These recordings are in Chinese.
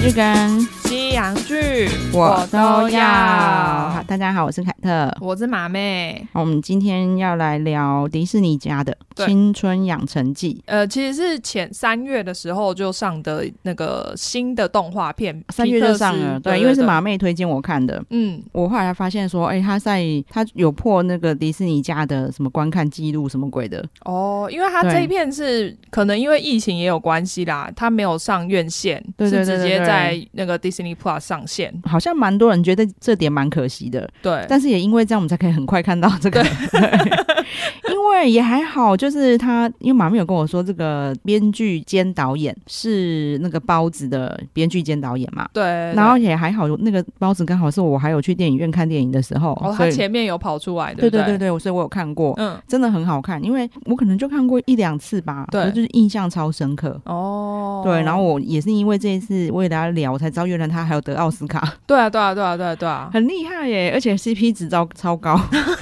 剧跟西洋剧好，大家好，我是凯特。我是马妹。好我们今天要来聊迪士尼家的《对青春养成记呃，其实是前三月的时候就上的那个新的动画片》，，啊三月就上了。皮克斯对，因为是，马妹推荐我看的。嗯，我后来发现说，哎、他在他有破那个迪士尼家的什么观看记录什么鬼的，哦，因为它对这一片是可能因为疫情也有关系啦，它没有上院线，对对对是直对接对在那个 Disney Plus 上线，好像蛮多人觉得这点蛮可惜的。对，但是也因为这样，我们才可以很快看到这个。对 因为也还好，就是他，因为马妹有跟我说，这个编剧兼导演是那个包子的编剧兼导演嘛。对，然后也还好，那个包子刚好是我还有去电影院看电影的时候，哦，所它以前面有跑出来，对不对对对，所以我有看过，嗯，真的很好看，因为我可能就看过一两次吧，对我就是印象超深刻。哦，对，然后我也是因为这一次为了要聊，我才知道原来他还有得奥斯卡，对啊，对啊，对啊，对啊，对啊，很厉害耶，而且 CP 值超超高。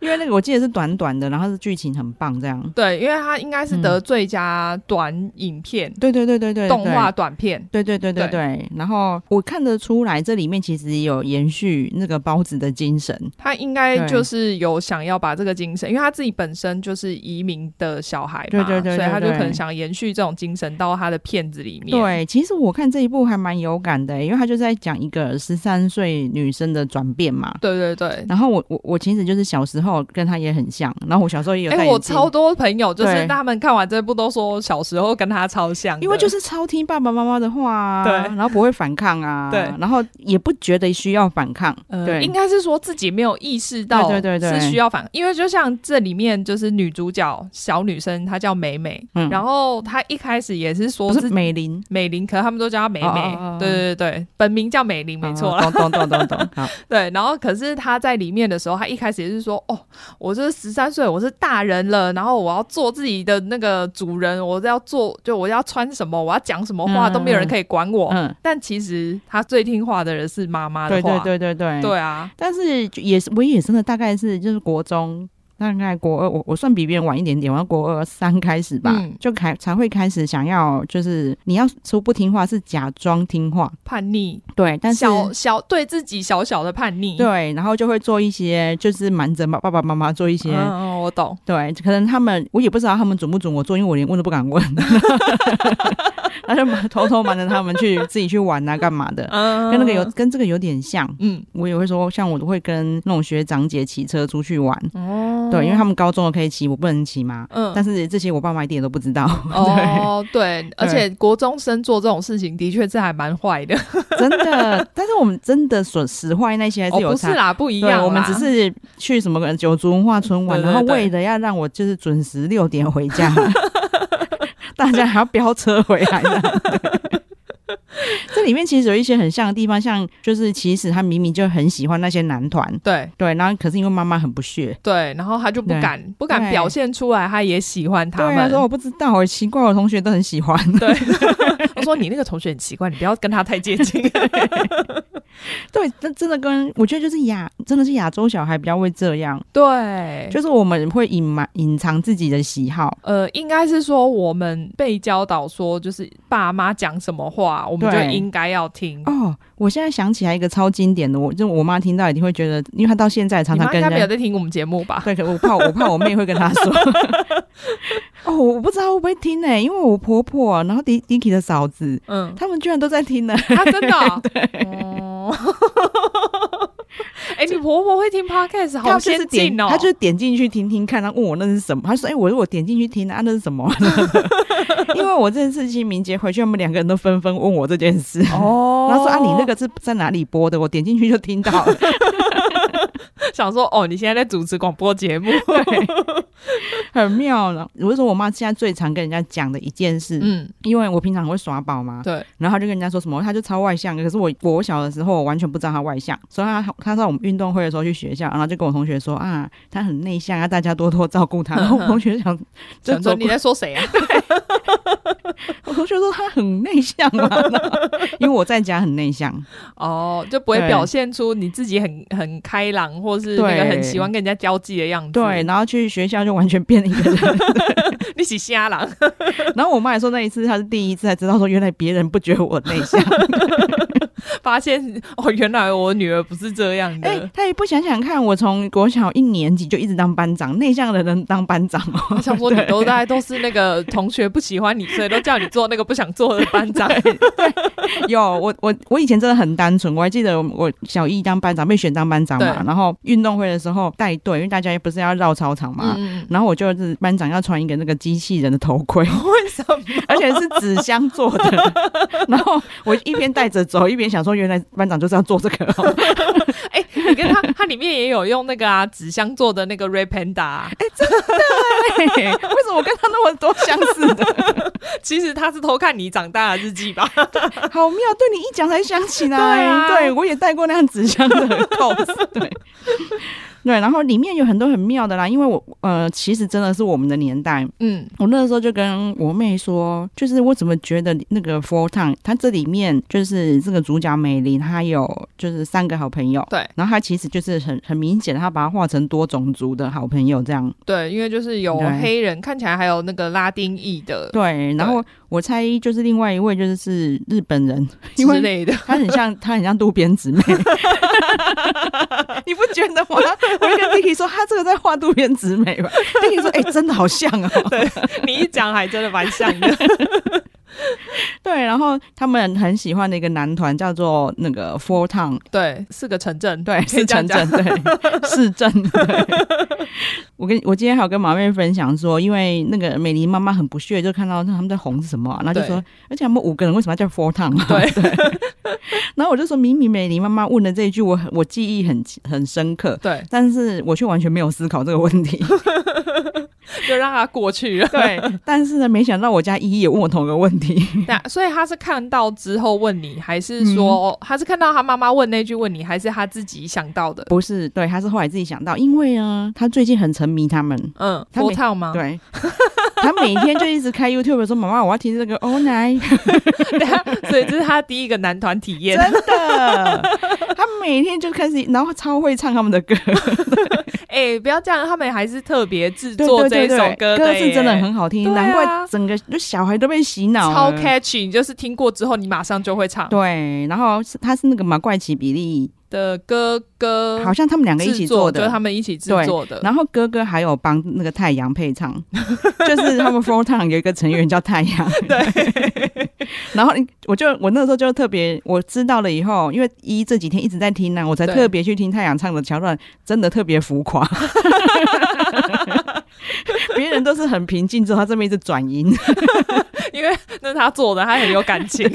因为那个我记得是短短的，然后是剧情很棒，这样。对，因为它应该是得最佳短影片、对对对对嗯对，对动画。短片。对对对对对，然后我看得出来，这里面其实也有延续那个包子的精神。他应该对就是有想要把这个精神，因为他自己本身就是移民的小孩嘛，对对对对所以他就对可能想延续这种精神到他的片子里面。，对，其实我看这一部还蛮有感的，因为他就在讲一个十三岁女生的转变嘛。对对对。然后我我我其实就是小时候跟他也很像，然后我小时候也有戴哎、眼镜。我超多朋友就是对他们看完这部都说小时候跟他超像的，因为就是超听爸爸妈妈的话、啊，对然后不会反抗啊， 对然后也不觉得需要反抗，呃，对应该是说自己没有意识到，对对对对是需要反，因为就像这里面就是女主角小女生，她叫美美，嗯然后她一开始也是说不是自己美玲，美玲，可是他们都叫她美美，哦哦哦哦对对对，本名叫美玲，没错啦，哦，懂懂懂懂 懂，好，对。然后可是她在里面的时候，她一开始也是说，哦，我这十三岁，我是大人了，然后我要做自己的那个主人，我要做，就我要穿什么，我要讲什么话，嗯都没有人可以管我。嗯，但其实她最听话的人是妈妈的对话，对对对对对啊，但是就也是我也真的大概是就是国中。大概国二，我我算比别人晚一点点，我要国二三开始吧，嗯就开才会开始想要，就是你要说不听话是假装听话，叛逆，对，但是小小对自己小小的叛逆。对，啊然后就会做一些就是瞒着爸爸爸妈妈做一些嗯，嗯，我懂。对，可能他们我也不知道他们准不准我做，因为我连问都不敢 问，他就瞒偷偷瞒着他们去自己去玩啊，干嘛的，嗯，跟那个有跟这个有点像。嗯我也会说，像我都会跟那种学长姐骑车出去玩，哦对，因为他们高中的可以骑，我不能骑嘛。嗯但是这些我爸妈一点都不知道， 哦，对，而且国中生做这种事情的确是还蛮坏的，真的。但是我们真的所使坏那些还哦，是有不差。是啦，不一对，样啦，我们只是去什么九族文化村玩，对对然后对为了要让我就是准时六点回家， 大家还要飙车回来的。这里面其实有一些很像的地方，像就是其实他明明就很喜欢那些男团，对对，然后可是因为妈妈很不屑，对，然后他就不对敢不敢对表现出来，他也喜欢他对啊，说们。我不知道，我奇怪，我同学都很喜欢， 对， 我说你那个同学很奇怪，你不要跟他太接近。 对，这真的跟我觉得就是亚，真的是亚洲小孩比较会这样，对，就是我们会隐瞒隐藏自己的喜好，呃，应该是说我们被教导说，就是爸妈讲什么话，我们就对应该要听。哦，我现在想起来一个超经典的，我就我妈听到一定会觉得，因为她到现在常你常妈跟应该没有人家。在听我们节目吧？对，可我怕我怕我妹会跟她说。 哦，我不知道会不会听呢、欸因为我婆婆，啊然后 D Dicky 的嫂子，嗯，他们居然都在听呢、啊，真的、 哦，哦， 哎、你婆婆会听 podcast，好她就先是进点，哦！她就是点 进去听听看，她问我那是什么，她说：“哎、我如果点进去听啊， 那是什么？”因为我这次清明节回去，他们两个人都纷纷问我这件事，哦然后说：“啊，你那个是在哪里播的？我点进去就听到了。”想说哦，你现在在主持广播 节目，很妙了。我就说我妈现在最常跟人家讲的一件事， 嗯，因为我平常会耍宝嘛，对，然后她就跟人家说什么，她就超外向的。可是我我小的时候，我完全不知道她外向，所以她她在我们运动会的时候去学校，然后就跟我同学说啊，她很内 向啊，大家多多照顾她。然后我同学想就想说走你过，在说谁啊？ 我就说他很内向 嘛，因为我在家很内向， 哦，就不会对表现出你自己很很开朗，或是那个对很喜欢跟人家交际的样子。对，，然后去学校就完全变了一个人。 你起瞎狼， 然后我妈也说那一次她是第一次才知道说原来别人不觉得我内向，发现哦，原来我女儿不是这样的。哎、她也不想想看，我从国小一年级就一直当班长，内向的人当班长 哦， 我想说，你都大概都是那个同学不喜欢你，所以都叫你做那个不想做的班长。有我我我以前真的很单纯，我还记得我我小一当班长被选当班长嘛，对然后运动会的时候带队，因为大家不是要绕操场嘛。嗯，然后我就是班长要穿一个那个机器人的头盔，为什么？而且是纸箱做的。 然后我一边带着走，一边想说，原来班长就是要做这个 哦、哎、你看它，它里面也有用那个啊纸箱做的那个 Ray Panda，、啊、哎嘿嘿为什么我跟他那么多相似的？其实它是偷看你长大的日记吧？ 好妙！对你一讲才想起来，对啊对我也带过那样纸箱的 扣子，对。对，然后里面有很多很妙的啦，因为我呃，其实真的是我们的年代，嗯，我那时候就跟我妹说，就是我怎么觉得那个《Four Town》它这里面就是这个主角美玲，她有就是三个好朋友， 对然后她其实就是很很明显的，她把它画成多种族的好朋友这样，对，因为就是有对黑人，看起来还有那个拉丁裔的对。然后我猜就是另外一位就是是日本人，之因为 类的。她很像，她很像渡边 直美，你不觉得吗？我就跟 Dicky 说，她这个在画渡边直美 吧。Dicky 说，哎、真的好像哦。你一讲还真的蛮像 的。对，然后他们很喜欢的一个男团叫做那个 Four Town，对，是个城镇，对，可以 是这城样讲镇，对，市镇。对我跟我今天还有跟马妹分享说，因为那个美玲妈妈很不屑，就看到他们在红是什么啊、然后就对说，而且他们五个人为什么要叫 Four Town？、啊、 对然后我就说，明明美玲妈妈问的这一句，我很我记忆很很深刻。对，但是我却完全没有思考这个问 题，就让它过去 了。对。但是呢，没想到我家依依也问我同一个问 题，那所以他是看到之后问你，还是说、嗯他是看到他妈妈问那句问你，还是他自己想到的？不是，对，他是后来自己想到，因为呢，他最近很沉迷他们，嗯，他佛每唱吗？对， 他每天就一直开 YouTube 说：“妈妈，我要听这个 Oh All Night。对， 所以这是他第一个男团体” 验。真的， 他每天就开始，然后超会唱他们的 歌，哎、不要这样，他们还是特别制对作这对一对首对歌歌的耶是真的很好听，对啊难怪整个就小孩都被洗脑了超 catchy，你就是听过之后你马上就会唱对，然后是他是那个嘛怪奇比利，的歌歌，好像他们两个一呃制起作做就是他的。们一起制对作的。然后哥哥还有帮那个太阳配唱， 就是他们 Four Town 有一个成员叫太阳。对， 然后我就我那时候就特别我知道了以后，因为一这几天一直在听呢、我才对特别去听太阳唱的桥段，真的特别浮 夸。别人都是很平静，之后他这边一直转音，因为那是他做的，他很有感情。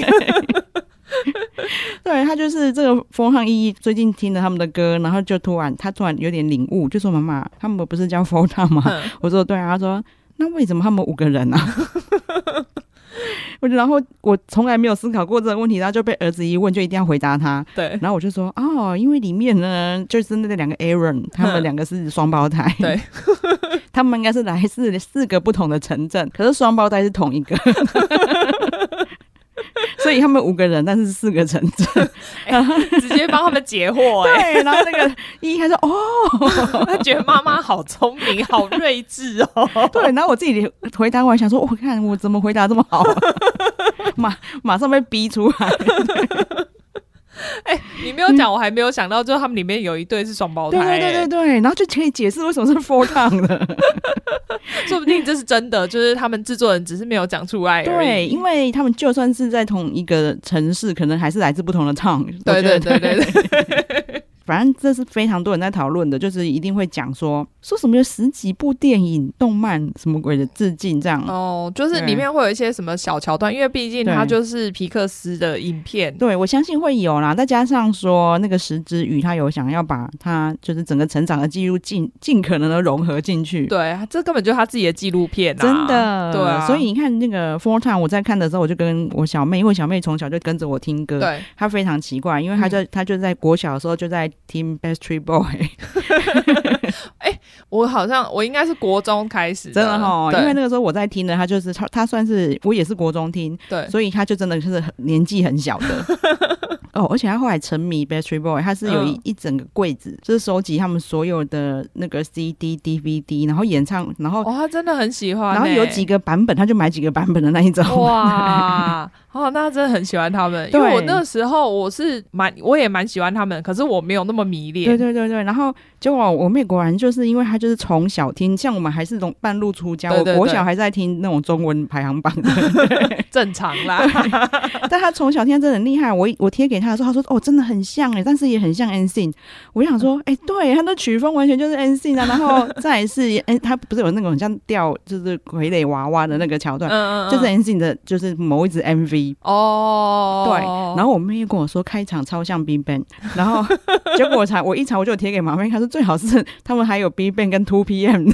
对他就是这个风尚意义。最近听了他们的歌，然后就突然他突然有点领悟，就说：“妈妈，他们不是叫 f o t o 吗？”嗯我说：“对啊。”他说：“那为什么他们五个人啊？” 我就然后我从来没有思考过这个问题，然后就被儿子一问，就一定要回答他。 对然后我就说哦，因为里面呢，就是那两个 Aaron，他们两个是双胞胎，嗯对， 他们应该是来自四个不同的城镇，可是双胞胎是同一个。 所以他们五个人，但是四个城镇。直接帮他们解 惑、哎，对，然后那个一还说哦，他觉得妈妈好聪明，好睿智 哦。对，然后我自己回答完，想说我、看我怎么回答这么好、啊，马马上被逼出来。哎、你没有讲，我还没有想到，就是他们里面有一对是双胞胎、欸对对对对对，然后就可以解释为什么是 four down 的。对，说不定这是真的，就是他们制作人只是没有讲出来而对，已。因为他们就算是在同一个城市，可能还是来自不同的 town。我觉得对对对对对，反正这是非常多人在讨论的，就是一定会讲说说什么有十几部电影、动漫什么鬼的致敬这样。哦，就是里面会有一些什么小桥段，因为毕竟对它就是皮克斯的影片。对，我相信会有啦。再加上说，那个石之鱼他有想要把他就是整个成长的记录尽尽可能的融合进去，对，这根本就是他自己的纪录片、啊，真的。对啊所以你看那个《Four Time》，我在看的时候，我就跟我小妹，因为小妹从小就跟着我听歌，对嗯她非常奇怪，因为她就、她就在国小的时候就在听 Backstreet Boy，我好像我应该是国中开始， 真的哈，对因为那个时候我在听的，他就是他他算是我也是国中听，对所以他就真的就是很年纪很小 的。哦，而且他后来沉迷 Backstreet Boy，他是有一、嗯一整个柜子，就是收集他们所有的那个 CD、DVD，然后演唱，然后、哦，他真的很喜欢欸、然后有 几个版本，他就买几个版本的那一种。哦哇，哦，那真的很喜欢他们，因为对我那时候我是蛮，我也蛮喜欢他们，可是我没有那么迷恋。对对对对，然后结果我妹果然就是因为她就是从小听，像我们还是从半路出家，对对我国对小还在听那种中文排行榜的，正常啦。 但她从小听真的很厉害。我一我贴给她的时候，她说哦真的很像哎，但是也很像 N C。我想嗯说哎、对，她的曲风完全就是 N C 啊，然 后再来是哎，她不是有那种很像吊就是傀儡娃娃的那个桥段，嗯 嗯，嗯就是 N C 的，就是某一支 M V。哦，对，然后我妹又跟我说开场超像 B i g Ban，然 后结果我查我一查我就有贴给马妹，她说最好是他们还有 B i g Ban 跟 Two PM，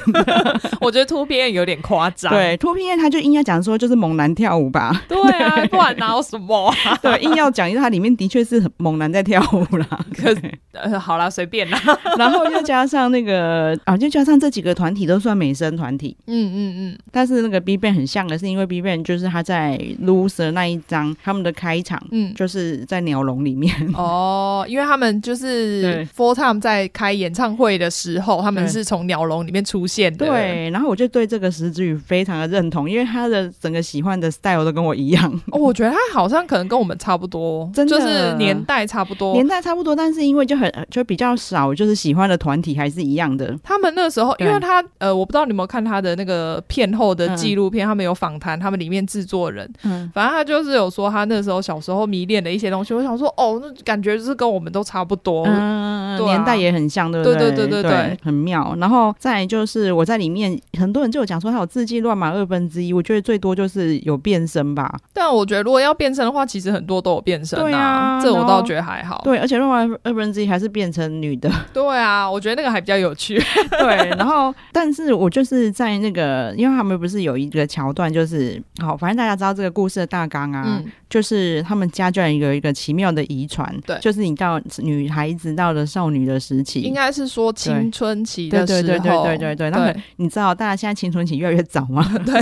我觉得突变有点夸张。对 Two PM 他就硬要讲说就是猛男跳舞吧，对啊，不然哪有什么啊？对， 硬要讲，因为它里面的确是很猛男在跳舞啦，可呃，好啦，随便啦。 然后又加上那个啊，就加上这几个团体都算美声团体，嗯嗯但是那个 B i g Ban 很像的是因为 B i g Ban 就是他在 Loser 那一张他们的开场嗯就是在鸟笼里面， 嗯， 哦，因为他们就是对 Four Time 在开演唱会的时候，他们对是从鸟笼里面出现的。，对，然后我就对这个石之宇非常的认同，因为他的整个喜欢的 style 都跟我一样，哦，我觉得他好像可能跟我们差不多，真的就是年代差不多。年代差不多，但是因为就很就比较少，就是喜欢的团体还是一样的。他们那时候，因对为他呃，我不知道你有没有看他的那个片后的嗯纪录片，他们有访谈他们里面制作人，嗯，反正他就是有说他那时候小时候迷恋的一些东西。我想说，哦，那感觉就是跟我们都差不多。嗯对啊年代也很像，对不对对对对对对对很妙。然后再来就是我在里面，很多人就有讲说他有字迹乱码二分之一，我觉得最多就是有变声吧。但我觉得如果要变身的话，其实很多都有变身对啊这我然倒后觉得还好。对，而且乱码二分之一还是变成女 的。对啊，我觉得那个还比较有趣。啊对，然后但是我就是在那个，因为他们不是有一个桥段，就是好，反正大家知道这个故事的大纲啊，嗯，就是他们家居然有一个奇妙的遗传，对就是你到女孩子到了少女的时期，应该是说青春期的对时对候，对对对对对，那很你知道大家现在青春期越来越早吗？ 对，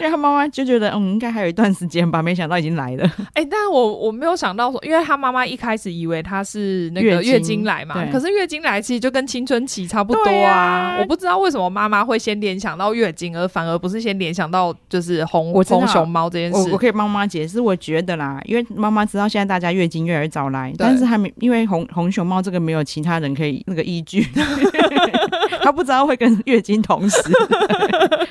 因为他妈妈就觉得嗯，应该还有一段时间吧，没想到已经来了，哎、但我我没有想到说，因为他妈妈一开始以为他是那个月经月经来嘛，对可是月经来其实就跟青春期差不多对啊。啊我不知道为什么妈妈会先联想到月经，而反而不是先联想到就是红我知道红熊猫这件我我 事。可以帮妈妈解释，我觉得啦，因为妈妈知道现在大家月经越来越早来，但是还没因为红红熊猫这个没有其他人可以那个依 据，她不知道会跟月经同时。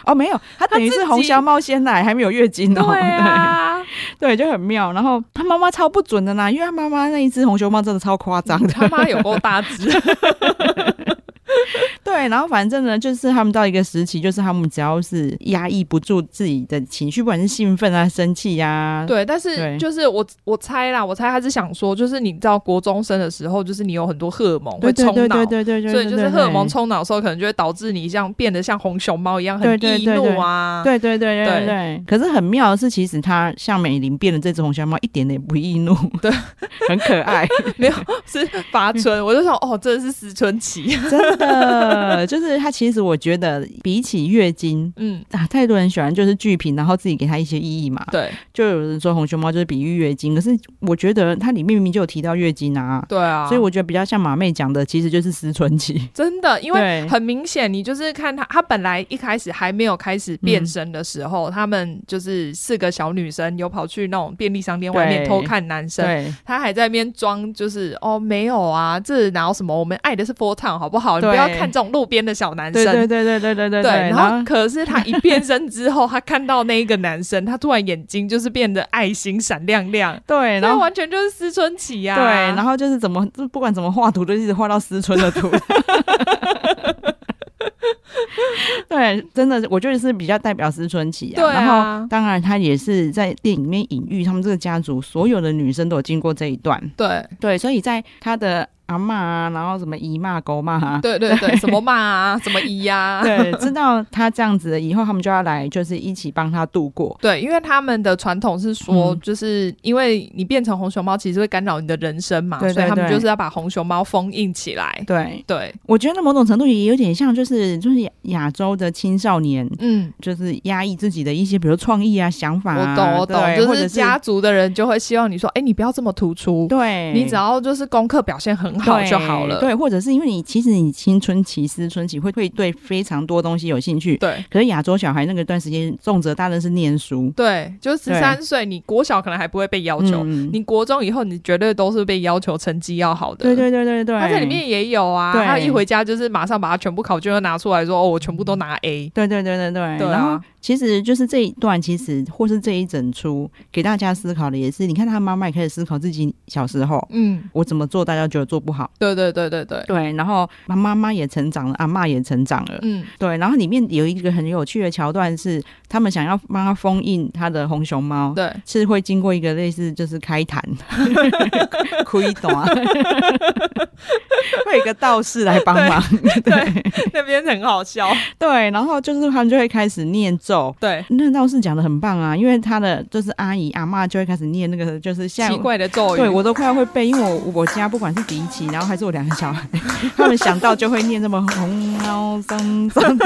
哦，没有，她等于她自是己红小猫先来，还没有月经哦。对啊， 对，对，就很妙。然后她妈妈超不准的啦，因为她妈妈那一只红熊猫真的超夸张的。他妈有够 大只，对，然后反正呢，就是他们到一个时期，就是他们只要是压抑不住自己的情绪，不管是兴奋啊、生气呀、啊，对，但是对就是我我猜啦，我猜他是想说，就是你知道国中生的时候，就是你有很多荷尔蒙会对冲对对脑，对对对对，所以就对是对荷尔蒙对冲脑的时候，可能就会导致你像变得像红熊猫一样很对对易对对怒啊。对对对对对对对。可是很妙的是，其实它像美玲变的这只红熊猫一点都也不易 怒，对，很可爱，没有，是发嗯春，我就想，哦，真的是思 春期。真的。就是它其实我觉得比起月经。嗯，啊，太多人喜欢就是剧评，然后自己给它一些意义嘛。 对，就有人说红熊猫就是比喻月经，可是我觉得它里面明明就有提到月经啊，对啊，所以我觉得比较像马妹讲的，其实就是思春 期。真的，因为对很明显，你就是看他，他本来一开始还没有开始变身的时嗯候，他们就是四个小女生有跑去那种便利商店外面对偷看男生。 对，他还在那边装，就是哦，没有啊，这哪有什么？我们爱的是 Four Town，好不好？你不对要看这种路边的小男生。对对对对对对对对然后可是他一变身之后，他看到那一个男生，他突然眼睛就是变得爱心闪亮亮，对，那然后。完全就是思春期啊对，呀、然后就是怎么，就不管怎么画图，都一直画到思春的图。 对，真的，我觉得是比较代表思春期啊。对啊然后当然，他也是在电影里面隐喻他们这个家族所有的女生都有经过这一段。对对，所以在他的阿嬷啊，然后什么姨妈、狗妈啊，对对 对，什么骂啊，什么姨 呀、对，知道他这样子了以后，他们就要来，就是一起帮他度过。对，因为他们的传统是说，嗯就是因为你变成红熊猫，其实会干扰你的人生嘛，对对所以他们对就是要把红熊猫封印起来。对，对，我觉得某种程度也有点像，就是就是亚亚洲的青少年，嗯，就是压抑自己的一些，比如创意啊、想法啊，我懂，我懂，对就或者是家族的人就会希望你说，哎、你不要这么突出，对，你只要就是功课表现很好对就好了。对，或者是因为你其实你青春期、思春期会会对非常多东西有兴趣，对可是亚洲小孩那个段时间，重责大任是念书，对，就是十对三岁，你国小可能还不会被要求，嗯你国中以后，你绝对都是被要求成绩要好的。对对对对对，他在里面也有啊，对他一回家就是马上把他全部考卷都拿出来说，哦，我全部都拿 A。对对对对对，对啊然后其实就是这一段，其实或是这一整出给大家思考的也是，你看他妈妈也开始思考自己小时候嗯，我怎么做，大家觉得做不好。对对对对对，对，然后妈妈妈也成长了，阿嬷也成长了。嗯，对，然后里面有一个很有趣的桥段是，他们想要帮他封印他的红熊猫， 对。是会经过一个类似就是开坛， 亏懂啊，会有一个道士来帮忙，对，那边很好笑。对，然后就是他们就会开始念咒，对，那道士讲的很棒啊，因为他的就是阿姨阿嬷就会开始念那个，就是像奇怪的咒语。对我都快要会背，因为我我家不管是迪奇，然后还是我两个小孩， 他们想到就会念这么红猫桑桑，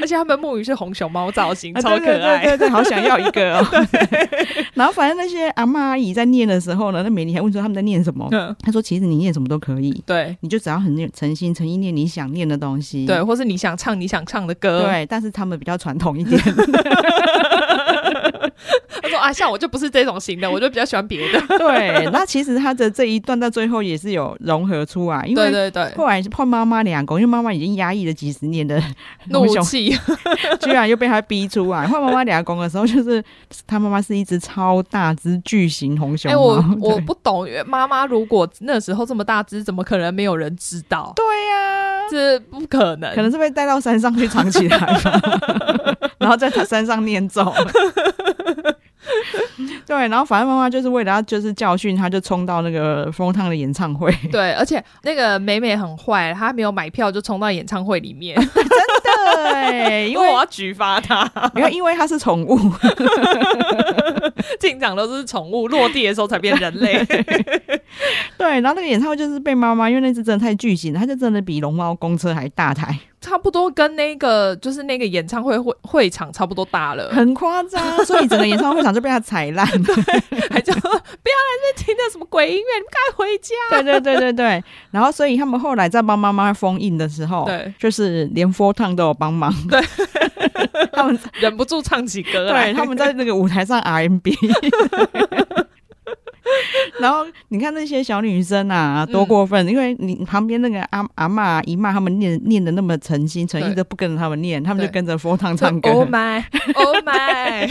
而且他们木鱼是红熊猫造型，啊 超可爱。对对对对对好想要一个哦。 然后反正那些阿嬷阿姨在念的时候呢，那美丽还问说他们在念什么，嗯，她说其实你念什么都可以，对你就只要很念诚心诚意念你想念的东西，对，嗯或是你想唱你想唱的歌。，对，但是他们比较传统一 点。他说啊，像我就不是这种 型的，我就比较喜欢别的。对，那其实他的这一段到最后也是有融合出来，因对为对对，后来换妈妈两个，因为妈妈已经压抑了几十年的怒红熊，气。居然又被他逼出来。换妈妈两公的时候，就是他妈妈是一只超大只巨型红熊哎、猫。我我对不懂，因为妈妈如果那时候这么大只，怎么可能没有人知道？对啊呀、这不可能。可能是被带到山上去藏起来 吧，然后在山上念咒。对，然后反正妈妈就是为了要就是教训他，就冲到那个风汤的演唱会。 对，而且那个美美很坏，她没有买票就冲到演唱会里 面，对， 因因为为我要举发她。没有，因为它是宠物， 进场都是宠物，落地的时候才变人类。对。然后那个演唱会就是被妈妈，因为那只真的太巨型了，它就真的比龙猫公车还大台， 差不多跟那个就是那个演唱会会会场差不多大了， 很夸张，所以整个演唱会场就被它踩烂。还叫不要来这边听那什么鬼音乐，你们赶快回家。 对对对对对。然后，所以他们后来在帮妈妈封印的时候，对，就是连 Four Town 都有帮忙。对，他们忍不住唱起歌 对来。他们在那个舞台上 RMB。然后你看那些小女生啊，多过分！因为你旁边那个阿阿嬷、姨妈，他们念念的那么诚心诚意对的，不跟着他们念，他们就对跟着佛堂 就唱歌， Oh my, Oh my！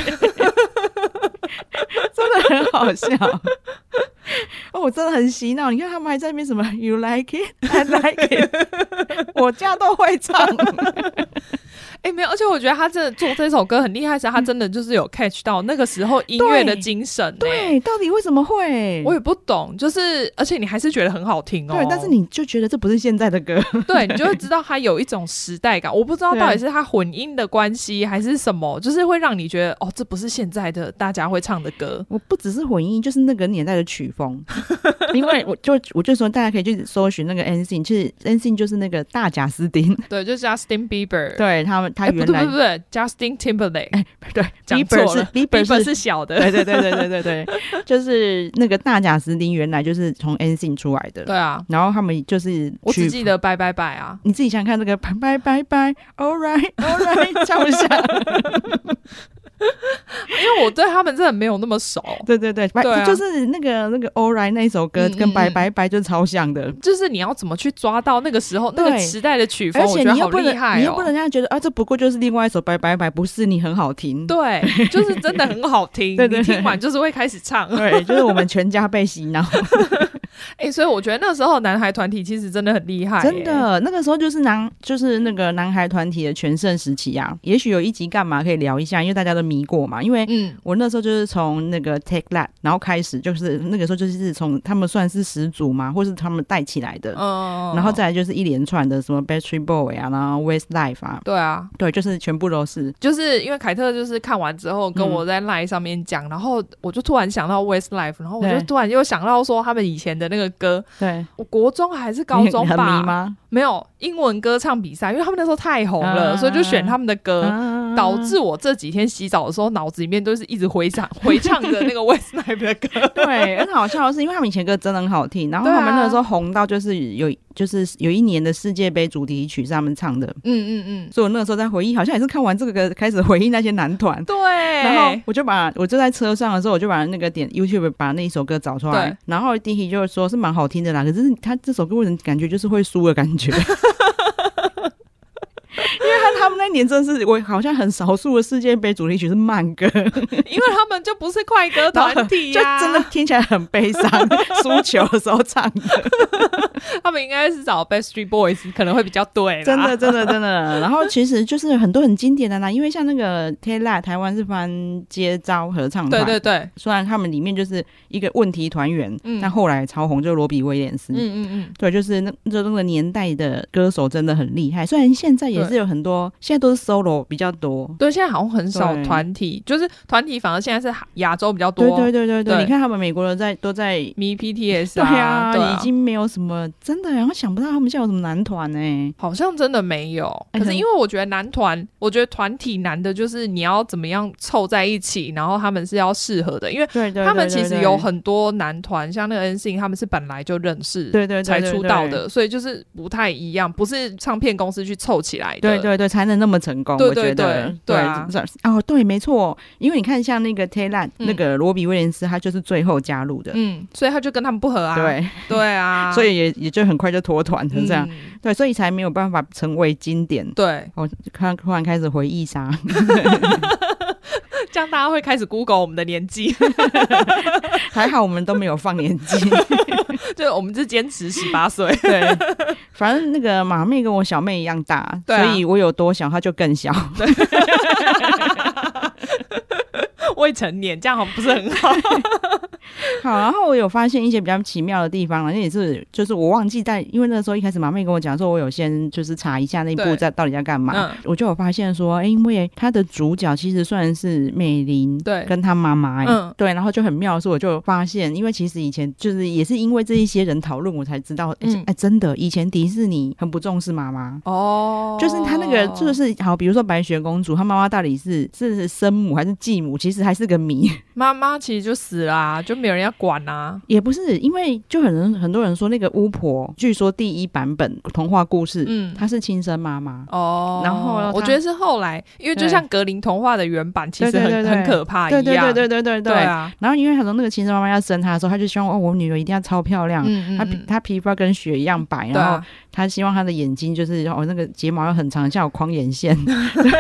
真的很好笑。 哦，我真的很洗脑！你看他们还在那边什么 “You like it, I like it”，我 家都会唱。哎、没有，而且我觉得他真的做这首歌很厉害，是他真的就是有 catch 到那个时候音乐的精神、欸。对，到底为什么会？我也不懂，就是而且你还是觉得很好听哦。对，但是你就觉得这不是现在的歌。 对你就会知道它有一种时代感。我不知道对到底是它混音的关系还是什么，就是会让你觉得哦，这不是现在的大家会唱的 歌。我不只是混音，就是那个年代的曲风。 因为我就我就说，大家可以去搜寻那个 NSYNC，其实 NSYNC 就是那个大贾斯汀，对，就是 Justin Bieber。 对他们，他哎，不原对来、不对不对，Justin Timberlake，、对讲 Bieber 错是了 Bieber 是。是小的，对对对对对对对， 就是那个大贾斯汀原来就是从 NSYNC 出来的，对啊，然后他们就是我只曲记得拜拜拜啊，你自己想想看，这个拜拜拜拜，All right All right，唱不下，因为我对他们真的没有那么熟，对对对，对啊就是那个那个 All right 那一首歌嗯嗯跟拜嗯拜拜就是超像的，就是你要怎么去抓到那个时候那个对时代的曲风，而我且觉得你好又不厉能，害你哦又不。能让家觉得啊，这不过就是另外一首拜拜拜，不是你很好听。 对，就是真的很好听，对对对 你听完就是会开始唱。 对，就是我们全家被洗脑。哎、所以我觉得那时候男孩团体其实真的很厉害、真。的，那个时候就是男，就是那个男孩团体的全盛时期啊。也许有一集干嘛可以聊一下，因为大家都迷过嘛。因为嗯，我那时候就是从那个 Take That，然后开始就是那个时候就是从他们算是始祖嘛，或是他们带起来的。嗯然后再来就是一连串的什么 Battery Boy 啊，然后 Westlife 啊，对啊，对，就是全部都是。就是因为凯特就是看完之后嗯跟我在 line 上面讲，然后我就突然想到 Westlife，然后我就对突然又想到说他们以前的那个歌，对，我国中还是高中你很迷吧，吗？没有英文歌唱比赛，因为他们那时候太红了，啊所以就选他们的歌。啊导致我这几天洗澡的时候，脑子里面都是一直回想、 回唱着那个 Westlife 的 歌。 对，很好笑的是，因为他们以前歌真的很好听，然后他对们啊那个时候红到就是有就是有一年的世界杯主题曲是他们唱的，嗯嗯嗯，所以我那个时候在回忆，好像也是看完这个开始回忆那些男团。对。然后我就把我就在车上的时候，我就把那个点 YouTube 把那一首歌找出来对，然后 Dicky 就是说是蛮好听的啦，可是他这首歌为什么感觉就是会输的感觉？ 因为他他们那年真的是我好像很少数的世界杯主题曲是慢歌，因为他们就不是快歌团体就呀、真的听起来很悲 伤，输球的时候唱的，他们应该是找 Best Street Boys 可能会比较对啦，真的真的真的。然后其实就是很多很经典的啦，因为像那个 t e l a 台湾是翻接招合唱团，对对对，虽然他们里面就是一个问题团员，嗯但后来超红就是罗比威廉斯。嗯嗯嗯，对，就是那就那个年代的歌手真的很厉害，虽然现在也是对有很多，现在都是 solo 比较多。对，现在好像很少对团体，就是团体反而现在是亚洲比较多对，对对对对，对你看他们美国人在都在，迷 PTS 对啊，对啊已经没有什么真的，然后想不到他们现在有什么男团欸呢、好像真的没有。哎可可是能因为我觉得男团，我觉得团体难的就是你要怎么样凑在一起，然后他们是要适合的，因为。对对他们其实有很。很多男团，像那个 N Sing，他们是本来就认识，对对对才对出对道的，所以就是不太一样，不是唱片公司去凑起来的。对对对，才能那么成功。对我对觉得对对啊是哦，对，没错，因为你看像那个 t a y l a n 嗯那个罗比威廉斯，他就是最后加入的，嗯，所以他就跟他们不合啊。对，对啊， 所以也也就很快就脱团成这样，嗯对，所以才没有办法成为经典。对，我看突然开始回忆杀， 这样大家会开始 Google 我们的年 纪，还好我们都没有放年纪。就是我们是坚持十八岁。对，反正那个马妹跟我小妹一样大，对啊所以我有多小，她就更小。 未成年，这样好像不是很好。好，然后我有发现一些比较奇妙的地方了，那也是就是我忘记在，因为那时候一开始马妹跟我讲说，我有先就是查一下那部对在到底在干嘛，嗯我就有发现说，哎、因为它的主角其实算是美玲，对跟她妈妈、诶嗯对，然后就很妙的是，我就发现，因为其实以前就是也是因为这一些人讨论，我才知道，哎、嗯诶真的，以前迪士尼很不重视妈妈。哦就是他那个，就是好，比如说白雪公主，她妈妈到底是是生母还是继母，其实还是个谜。妈妈其实就死啦、就没有人要管啊。也不是，因为就很人很多人说那个巫婆，据说第一版本童话故事，嗯。她是亲生妈妈。哦，然后呢我他觉得是后来，因为就对像格林童话的原版，其实对很对对对很可啊怕一对样，对对对对对对啊，然后因为她从那个亲生妈妈要生她的时候，她就希望哦，我女儿一定要超漂亮。嗯她皮她皮肤要跟雪一样白，对然后啊，她希望她的眼睛就是哦那个睫毛要很长，像有框眼 线。对，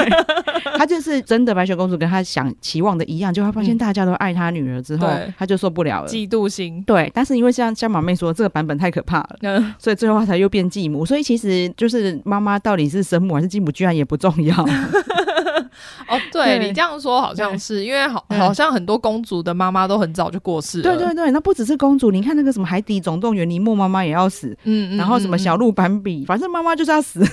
她就是真的白雪公主跟她想期望的一样，就她发现嗯大家都爱她女儿之后对，她就受不了了。嫉妒心，对，但是因为像像马妹说这个版本太可怕了，嗯，所以最后她才又变继母。所以其实就是妈妈到底是生母还是继母，居然也不重 要。哦，对对你这样说好像是，因为好嗯好像很多公主的妈妈都很早就过世了，对对对，那不只是公主，你看那个什么《海底总动员》，尼莫妈妈也要死，嗯，嗯，然后什么嗯小嗯鹿斑比，反正妈妈就是要 死。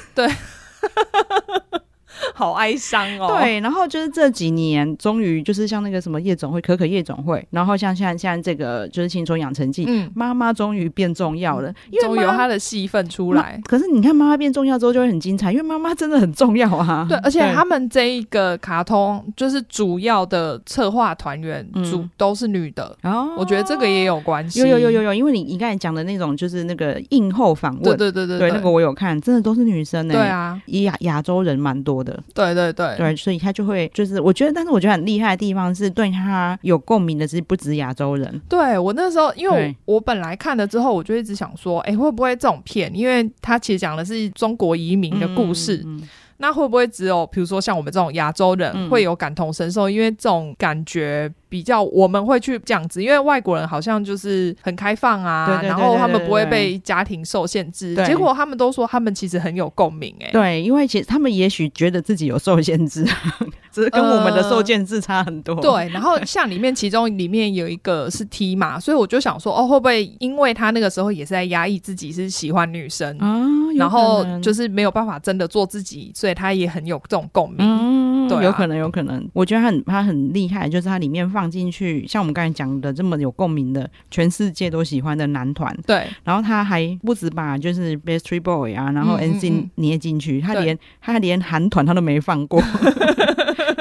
好哀伤哦，，对，然后就是这几年，终于就是像那个什么夜总会、可可夜总会，然后像现在现在这个就是青春养成记。嗯，妈妈终于变重要了，因为终于有妈她的戏份出来妈，可是你看妈妈变重要之后就会很精彩，因为妈妈真的很重要啊。对，而且对他们这一个卡通就是主要的策划团员嗯主都是女的，哦，我觉得这个也有关系。有有有有有，因为你你刚才讲的那种就是那个映后访问，对，对对对对那个我有看，真的都是女生呢、对啊，以亚亚洲人蛮多的，对对对对，所以他就会就是，我觉得，但是我觉得很厉害的地方是，对他有共鸣的是不止亚洲人，对我那时候，因为对我我本来看了之后，我就一直想说，哎，会不会这种片？因为它其实讲的是中国移民的故事，嗯，嗯那会不会只有比如说像我们这种亚洲人嗯会有感同身受？因为这种感觉比较我们会去这样子，因为外国人好像就是很开放啊，对对对然后他们对对不会对被家庭受限制。对结果他们都说他们其实很有共鸣、欸，哎，对，因为其实他们也许觉得自己有受限制，啊 只是跟我们的受限制差很多。呃对，然后像里面其中里面有一个是 T 嘛，所以我就想说，哦，会不会因为他那个时候也是在压抑自己是喜欢女生，啊，有然后可能就是没有办法真的做自己，所以他也很有这种共鸣。嗯，对啊有可能，有可能。我觉得他很他很厉害，就是他里面放进去，像我们刚才讲的这么有共鸣的，全世界都喜欢的男团，对，然后他还不止把就是 b e s t r e e Boy 啊，然后嗯嗯 NC 嗯捏进去，他对连他连韩团他都没放 过。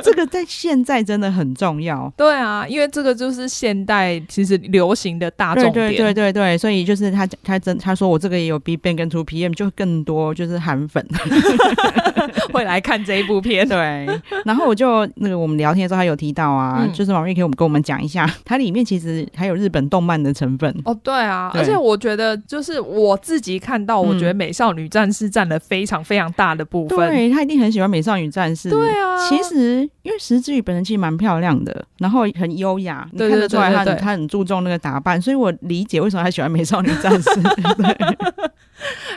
这个在现在真的很重要。对啊，因为这个就是现代其实流行的大众对点。对对对对，所以就是他他真他说我这个也有 B i Ban g 跟 Two PM，就更多就是韩粉。 会来看这一部 片。对，然后我就那个我们聊天的时候，他有提到啊，嗯就是王瑞可以我们跟我们讲一下，它里面其实还有日本动漫的成分。哦，对嗯啊，对而且我觉得就是我自己看到，我觉得《美少女战士》占了非常非常大的部分。对他一定很喜欢美少女战士。对啊其实因为石之予本人其实蛮漂亮的，然后很优雅，你对看得出来对对他对很对他很注重那个打扮，所以我理解为什么他喜欢美少女战 士。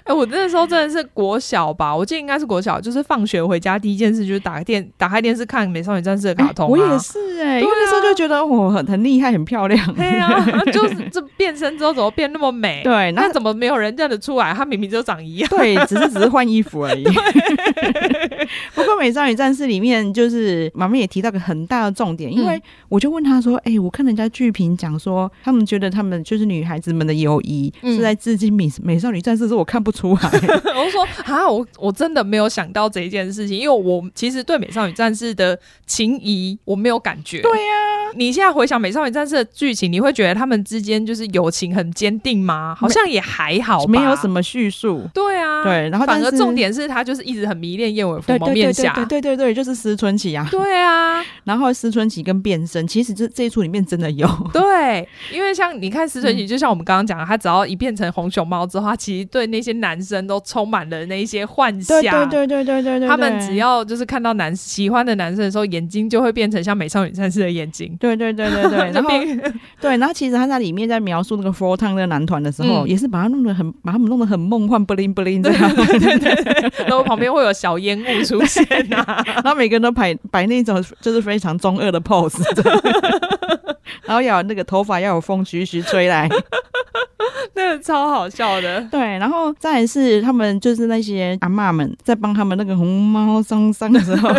哎、我那时候真的是国小吧，我记得应该是国小，就是放学回家第一件事就是打开电打开电视看《美少女战士》的卡通、啊我也。是哎、对啊因为那时候就觉得我很很厉害，很漂亮。对 啊，就是这变身之后怎么变那么美？ 对，那那怎么没有人认得出来？她明明就长一 样。对，只是只是换衣服而已。 不过《美少女战士》里面就是妈妈也提到个很大的重点，因为嗯我就问她说：“哎、我看人家剧评讲说，他们觉得他们就是女孩子们的友谊、嗯是在致敬美美少女战士，是我看不出 来。我就说啊，我我真的没有想到这一件事情，因为我其实对《美少女战士》的情谊我没有感觉。啊对呀、你现在回想《美少女战士》的剧情，你会觉得他们之间就是友情很坚定吗？好像也还好吧， 没有什。么叙述。对啊，，对，然后但反是而重点是他就是一直很迷恋燕尾服对蒙对对面侠。对对对对，就是思春期啊。 对啊，然后思春期跟变身，其实这这一出里面真的有。对，因为像你看石存嗯喜，就像我们刚刚讲的，他只要一变成红熊猫之后，他其实对那些男生都充满了那一些幻想。对 对对对对对对，他们对只要就是看到男喜欢的男生的时候，眼睛就会变成像美少女战士的眼睛。对对对对 对，就然后变对，然后其实他在里面在描述那个 Four Town 那个男团的时候，嗯也是把他弄得很，把他们弄得很梦幻，bling bling 这样， 然后旁边会有小烟雾出现 啊，然后每个人都摆摆那种就是非常中二的 pose，然后要有那个头发要有风徐徐吹 来，那个超好笑的。对，然后再来是他们就是那些阿嬷们在帮他们那个红猫桑桑的 时候，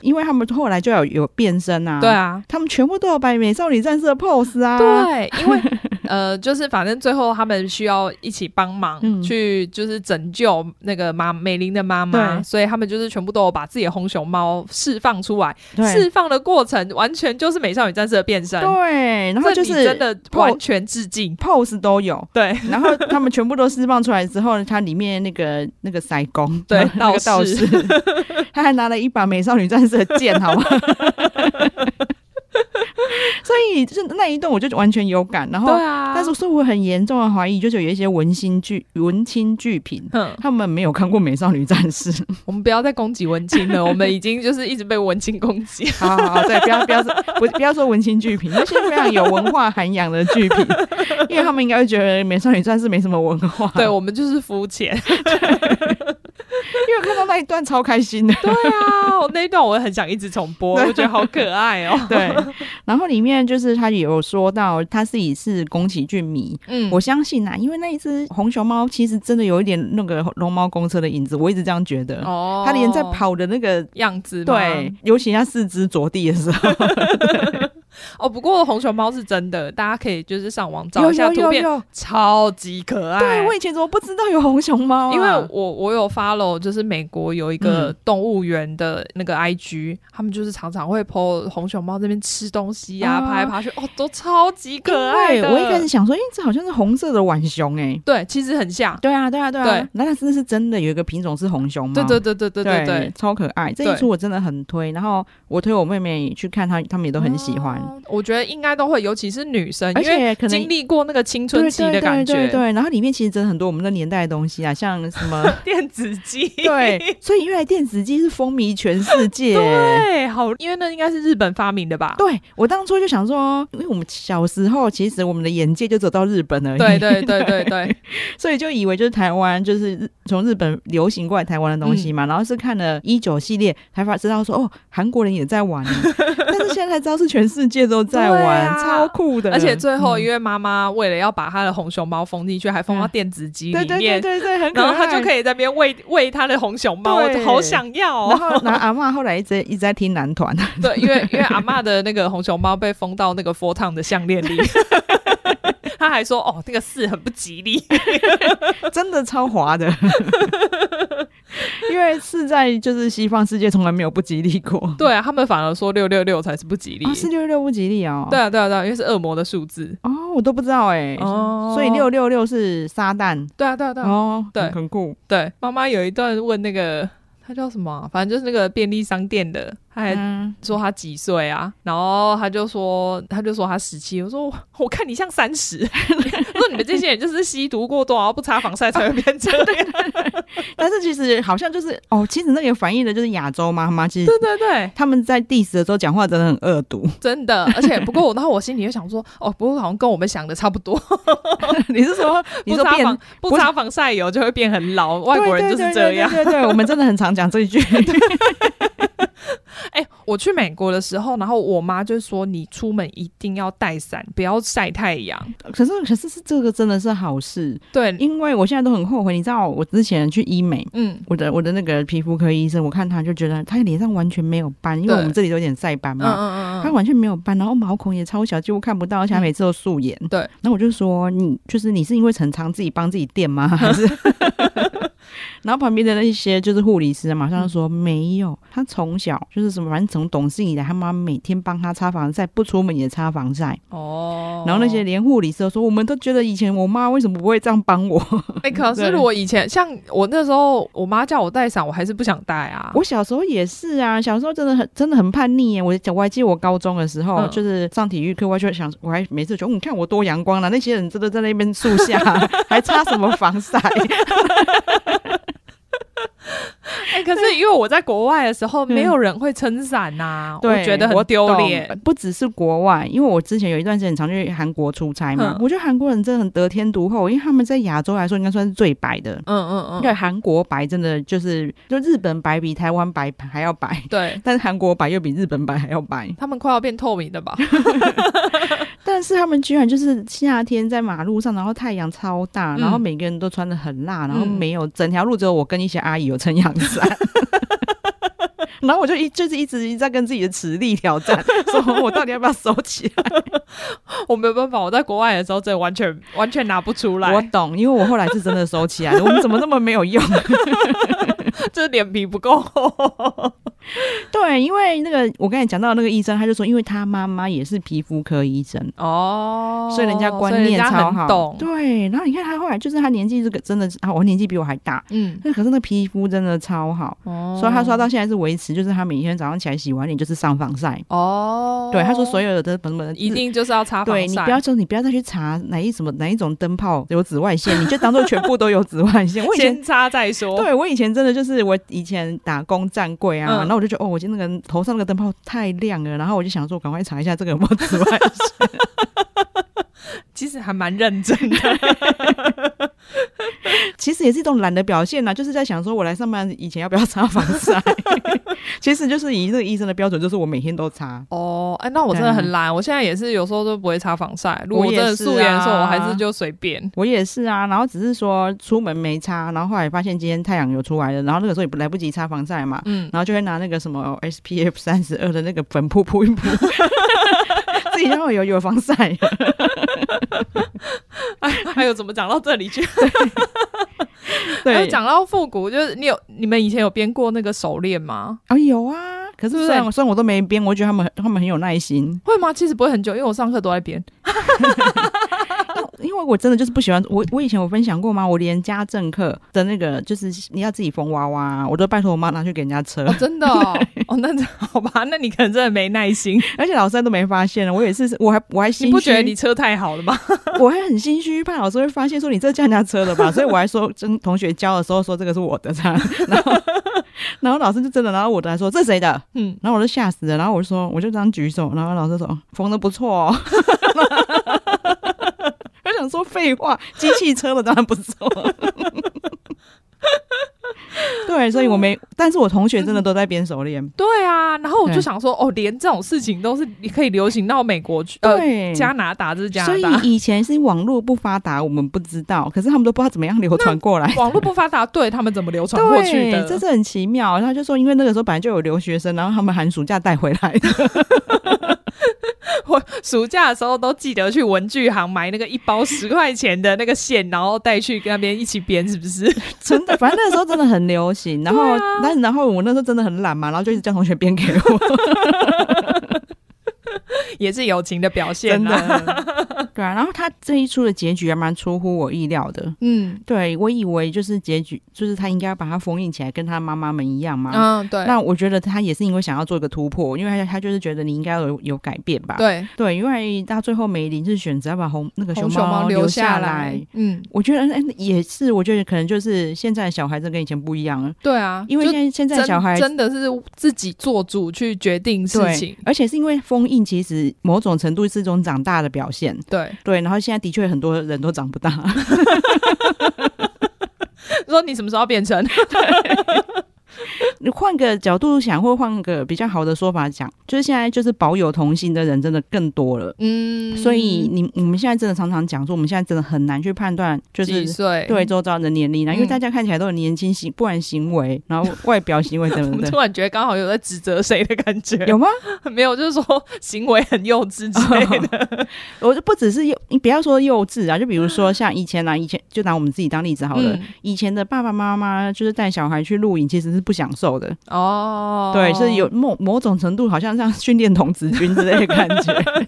因为他们后来就有有变身啊，对，啊，他们全部都有摆美少女战士的 pose 啊，对，因为呃，就是反正最后他们需要一起帮忙、嗯去就是拯救那个妈美玲的妈妈，对所以他们就是全部都有把自己的红熊猫释放出来，对，释放的过程完全就是美少女战士的变身，对，然后这就里是哦真的完全致敬。 pose 都有。对， 然后他们全部都释放出来之后呢，它里面那个那个塞工，对然 后那个道道士士， 他还拿了一把美少女战士的剑，好吗？所以就是那一段我就完全有感，然对后、啊，但是所以我很严重的怀疑，就是有一些文青剧文青剧品。哼。他们没有看过《美少女战 士》我们不要再攻击文青 了，我们已经就是一直被文青攻击。好，好好，对，不要不要说不不要说文青剧品，那些非常有文化涵养的剧 品，因为他们应该会觉得《美少女战士》没什么文化。对，我们就是肤浅。因为我看到那一段超开心的。对啊，我那一段我很想一直重 播，我觉得好可爱哦。对， 然后里面就是他也有说到他自己是宫崎骏迷，嗯，我相信啊，因为那一只红熊猫其实真的有一点那个龙猫公车的影子，我一直这样觉得。哦，它连在跑的那个，样子吗对，尤其它四肢着地的时候，哦，不过红熊猫是真的，大家可以就是上网找一下图片，有，超级可爱。对我以前怎么不知道有红熊猫啊、因为我我有 follow，就是美国有一个嗯动物园的那个 IG，、他们就是常常会 po 红熊猫这边吃东西呀、啊爬来爬去，哦，都超级可爱因为的。我一开始想说，哎、这好像是红色的浣熊哎、对，其实很像，对啊，对啊，对啊对，那它真的是真的有一个品种是红熊猫，对对对对对对对，超可爱。这对一出我真的很推，然后我推我妹妹去看她，她们也都很喜欢。哦我觉得应该都会，尤其是女生，而因为且可能经历过那个青春期的感觉，对对对对对，然后里面其实真的很多我们那年代的东西啊，像什么 电子机，对，所以原来电子机是风靡全世界。 对，好，因为那应该是日本发明的吧？对我当初就想说，因为我们小时候其实我们的眼界就走到日本而已，对对对 对对，所以就以为就是台湾就是日从日本流行过来台湾的东嗯西嘛，然后是看了一九系列才发知道说哦，韩国人也在玩 耶，但是现在才知道是全世界都在对玩，啊超酷的，而且最后嗯因为妈妈为了要把她的红熊猫封进去，还封到嗯电子机对里对对面，对对，很可然爱，后她就可以在那边喂 喂她的红熊猫，我对好想要然哦。后，然后阿嬷后来一直一直在听男团，对，因为因为阿嬷的那个红熊猫被封到那个 f o r t o w n 的项 链里。她还说：“哦，这个四很不吉利。真的超滑的。因为是在就是西方世界从来没有不吉利过，对”啊他们反而说六六六才是不吉利。哦，是六六不吉利哦。对，啊，对啊，对啊，因为是恶魔的数字。哦，我都不知道哎、哦所以六六六是撒旦对啊，对啊，对啊。哦，对很很酷。对，妈妈有一段问那个他叫什么啊、反正就是那个便利商店的，他还嗯，说他几岁啊，然后他就说他就说他十七，我说我我看你像三十， 我说你们这些人就是吸毒过多，然后不擦防晒才会变这样。但是其实好像就是哦，其实那个反映的就是亚洲妈妈，其实对对对，他们在 diss 的时候讲话真的很恶毒。真的，而且不过我，然后我心里就想说，哦，不过好像跟我们想的 差不多，你是说你不说擦变防不不擦防晒油就会变很老，外国人就是这样。对对对对对对，我们真的很常讲这一句。哎、我去美国的时候，然后我妈就说你出门一定要带伞，不要晒太阳。可是可是是这个真的是好事，对，因为我现在都很后悔，你知道我之前去医美。嗯，我的我的那个皮肤科医生，我看他就觉得他脸上完全没有斑，因为对我们这里都有点晒斑嗯嘛，嗯嗯他嗯，完全没有斑，然后毛孔也超小，几乎看不到，而且他每次都素颜。对然后我就说你就是你是因为很常自己帮自己垫吗？还 是？ 然后旁边的那些就是护理师，马上就嗯说、没有，他从小就是什么，反正从懂事以来，他妈每天帮他擦防晒，不出门也擦防晒。哦然后那些连护理师都说，我们都觉得以前我妈为什么不会这样帮我？哎、可是对我以前像我那时候，我妈叫我带伞，我还是不想带啊。我小时候也是啊，小时候真的很真的很叛逆耶。我我还记得我高中的时候，嗯就是上体育课，我还就想，我还每次觉得，嗯你看我多阳光了、那些人真的在那边树下， 还擦什么防 晒？哎、可是因为我在国外的时候，没有人会撑伞呐，我对，觉得很丢脸我。懂。不只是国外，因为我之前有一段时间常去韩国出差嘛，嗯我觉得韩国人真的很得天独厚，因为他们在亚洲来说应该算是最白的。嗯嗯对，嗯，韩国白真的就是，就日本白比台湾白还要白，对，但是韩国白又比日本白还要白。他们快要变透明的吧？ 但是他们居然就是夏天在马路上，然后太阳超大，嗯然后每个人都穿的很辣，然后嗯没有整条路只有我跟一些阿姨有撑阳伞。 然后我就一就是一直一直在跟自己的磁力挑战，说我到底要不要收起来？我没有办法，我在国外的时候真的完全完全拿不出我来，懂，因为我后来是真的收起来了。我们怎么那么没有用？ 就是脸皮不够厚。 对，因为那个我刚才讲到那个医生，他就说，因为他妈妈也是皮肤科医生， 哦，所以人家观所以人念家超很好。懂。对，然后你看他后来就是他年纪这个真的是啊，我年纪比我还大，嗯，那可是那皮肤真的超好。哦所以他说到现在是维持，就是他每天早上起来洗完脸就是上防晒。哦，对，他说所有的本本一。定就是要擦防晒。对你不要说，你不要再去查哪一什么哪一种灯泡有紫外线，你就当做全部都有紫外 线。我以前先擦再说。对我以前真的就是我以前打工站柜啊，嗯然后我就觉得哦，我今天那个头上那个灯泡太亮了，然后我就想说，赶快查一下这个有没有紫外 线。其实还蛮认真的。其实也是一种懒的表现呐、啊就是在想说我来上班以前要不要擦防 晒。其实就是以这个医生的标准，就是我每天都擦。哦，哎，那我真的很懒，我现在也是有时候都不会擦防晒。如果我真的素颜的时我也是候，啊我还是就随 便。我也是啊，然后只是说出门没擦，然后后来发现今天太阳有出来了，然后那个时候也不来不及擦防晒嘛，嗯，然后就会拿那个什么 SPF 三十二的那个粉扑扑一扑， 自己就会有有防 晒了。哎还有怎么讲到这里去？ 还有对，讲到复古，就是你有你们以前有编过那个手链吗？啊、有啊，可是虽然虽然我都没编，我觉得他们他们很有耐心。 会吗？其实不会很久，因为我上课都在编。因为我真的就是不喜欢我，我以前有分享过吗？我连家政课的那个，就是你要自己缝娃娃，我都拜托我妈拿去给人家 车哦，，真的哦，哦那真 好吧，那你可能真的没耐 心，而且老师都没发现了。我也是，我还我还心你虚，不觉得你车太好了吗？ 我还很心虚，怕老师会发现说你这叫人家车了 吧，所以我还说跟同学交的时候说这个是我的这样， 然后然后老师就真的拿到我的来说这是谁的，嗯，然后我就吓死了，然后我就说我就这样举手，然后老师说哦缝的不错哦。 我想说废话，机器车的当然不错。 对，所以我没，但是我同学真的都在编手链，对啊，然后我就对想说，哦，连这种事情都是你可以流行到美国去，呃，对，加拿大这是啊加所拿以大。以前是网络不发达，我们不知道，可是他们都不知道怎么样流传过来。 网络不发达，对他们怎么流传过去的？对这是很奇妙。然后就说，因为那个时候本来就有留学生，然后他们寒暑假带回来的。 我暑假的时候都记得去文具行买那个一包十块钱的那个线，然后带去跟那边一起编，是 不是？真的，反正那个时候真的很流行。然后，啊但然后我那时候真的很懒嘛，然后就一直叫同学编给 我，也是友情的表现啊真啦。的。对啊，然后他这一出的结局还蛮出乎我意料的。嗯对我以为就是结局，就是他应该要把它封印起来，跟他妈妈们一样嘛。嗯，对那我觉得他也是因为想要做一个突破，因为他他就是觉得你应该有有改变吧。对，对，因为他最后梅林是选择要把红那个红熊猫猫留留来，下来。嗯，我觉得嗯也是，我觉得可能就是现在的小孩子跟以前不一样了，对啊，因为就现在现在的真小孩真的是自己做主去决定事对情，。而且是因为封印其实某种程度是一种长大的表现，对， 对。然后现在的确很多人都长不大， 说你什么时候要变成？你换个角度想，或换个比较好的说法讲，就是现在就是保有童心的人真的更多了。嗯所以你我们现在真的常常讲说，我们现在真的很难去判断，就几是岁？对，周遭人的年龄啊，因为嗯大家看起来都很年轻，行不管行为，然后外表 行为等我等们等突然觉得刚好有在指责谁的感觉，有吗？ 没有？就是说行为很幼稚之类的。我就不只是幼，你不要说幼稚啊，就比如说像以前啊，以前就拿我们自己当例 子好了。嗯以前的爸爸妈妈就是带小孩去露营，其实是不享受的，哦，对，是有某某种程度好像像训练童子军之类的感 觉。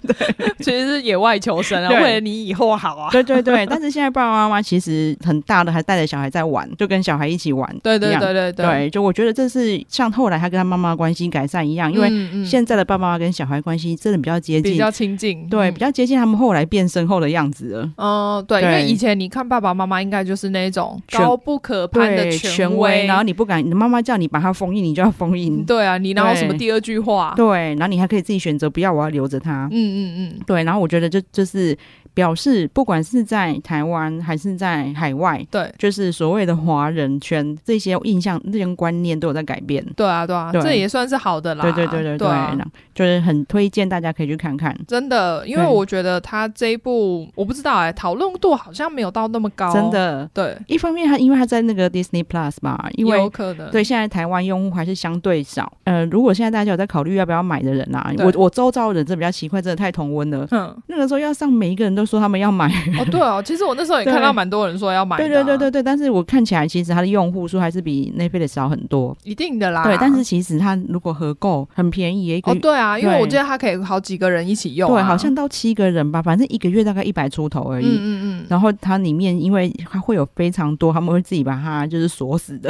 其实是野外求生啊，对为了你以后好啊。对对对，但是现在爸爸妈妈其实很大的还带着小孩在玩，就跟小孩一起玩一样。对对对 对对，就我觉得这是像后来他跟他妈妈关系改善一样，因为为现在的爸爸妈妈跟小孩关系真的比较接近，嗯比较亲近，对，嗯比较接近他们后来变身后的样子了。嗯，对，因为对以前你看爸爸妈妈应该就是那种权高不可攀的对，权威，然后你不敢，你的妈妈叫你把它封印，你就要封印。对啊，你哪有对什么第二句话？对，然后你还可以自己选择，不要，我要留着它。嗯嗯嗯，对，然后我觉得就就是表示，不管是在台湾还是在海外，对就是所谓的华人圈这些印象、这些观念都有在改变。对啊对啊，对这也算是好的啦，对对对对对啊。然后就是很推荐大家可以去看看，真的，因为对我觉得他这一部我不知道哎、讨论度好像没有到那么高，真，的。对，一方面它，因为它在那个 Disney Plus 吧，因为有可能，对，现在台湾用户还是相对少。呃，如果现在大家有在考虑要不要买的人啊，对我我周遭的人真的比较奇怪，真的太同温了。 嗯，那个时候要上，每一个人都说他们要买。哦对哦，其实 我那时候 也对看到蛮多人说要买的、啊对对对对，对，但是我看起来其实它的用户数还是比 Netflix 少很多。一定的啦，对，但是其实它如果合购很便宜，一个啊哦月、对啊，因为对我记得他可以好几个人一起用、啊，对，好像到七个人吧，反正一个月大概一百出头而嗯已。嗯嗯，然后它里面，因为它会有非常多，他们会自己把它就是锁死 的，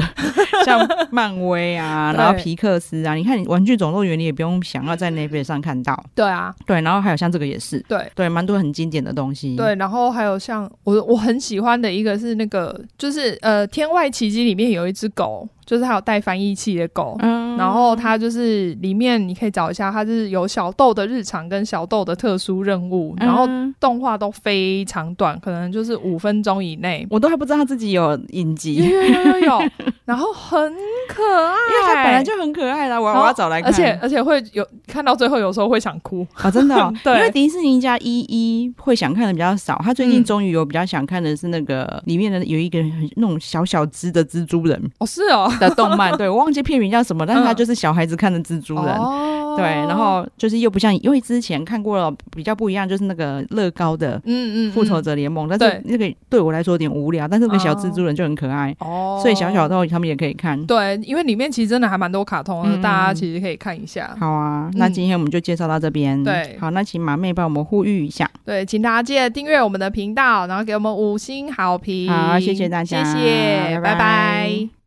像漫威啊，对然后皮克斯啊，你看《玩具总动员》，你也不用想要在 Netflix 上看到。对啊，对，然后还有像这个也是，对。对，蛮多很经典的东西。对，然后还有像我我很喜欢的一个是那个，就是呃《天外奇迹》里面有一只狗，就是它有带翻译器的狗，嗯，然后它就是里面你可以找一下，它是有小豆的日常跟小豆的特殊任务，然后嗯。动画都非常短，可能就是五分钟以内我都还不知道他自己 有影 集，有因为有有有有，然后很可爱，因他本来就很可爱啦，我然我后要找来看，而且而且会有看到最后，有时候会想哭。，啊，真的哦 对因为迪士尼家一一会想看的比较少，他最近嗯终于有比较想看的是那个里面的有一个很那种小小只的蜘蛛人哦，是哦， 的动漫，对我忘记片名叫什么，但是他嗯就是小孩子看的蜘蛛人。哦对，然后就是又不像，因为之前看过了比较不一样，就是那个乐高的嗯嗯，复仇嗯者联盟，但是那个对我来说有点无聊，但是那个小蜘蛛人就很可爱，哦，所以小小豆他们也可以看。对， ，因为里面其实真的还蛮多卡通的，嗯大家其实可以看一下。好啊，那嗯今天我们就介绍到这边。对好，那请马妹帮我们呼吁一下。对，请大家记得订阅我们的频道，然后给我们五星好评。好谢谢大家谢谢，拜拜拜拜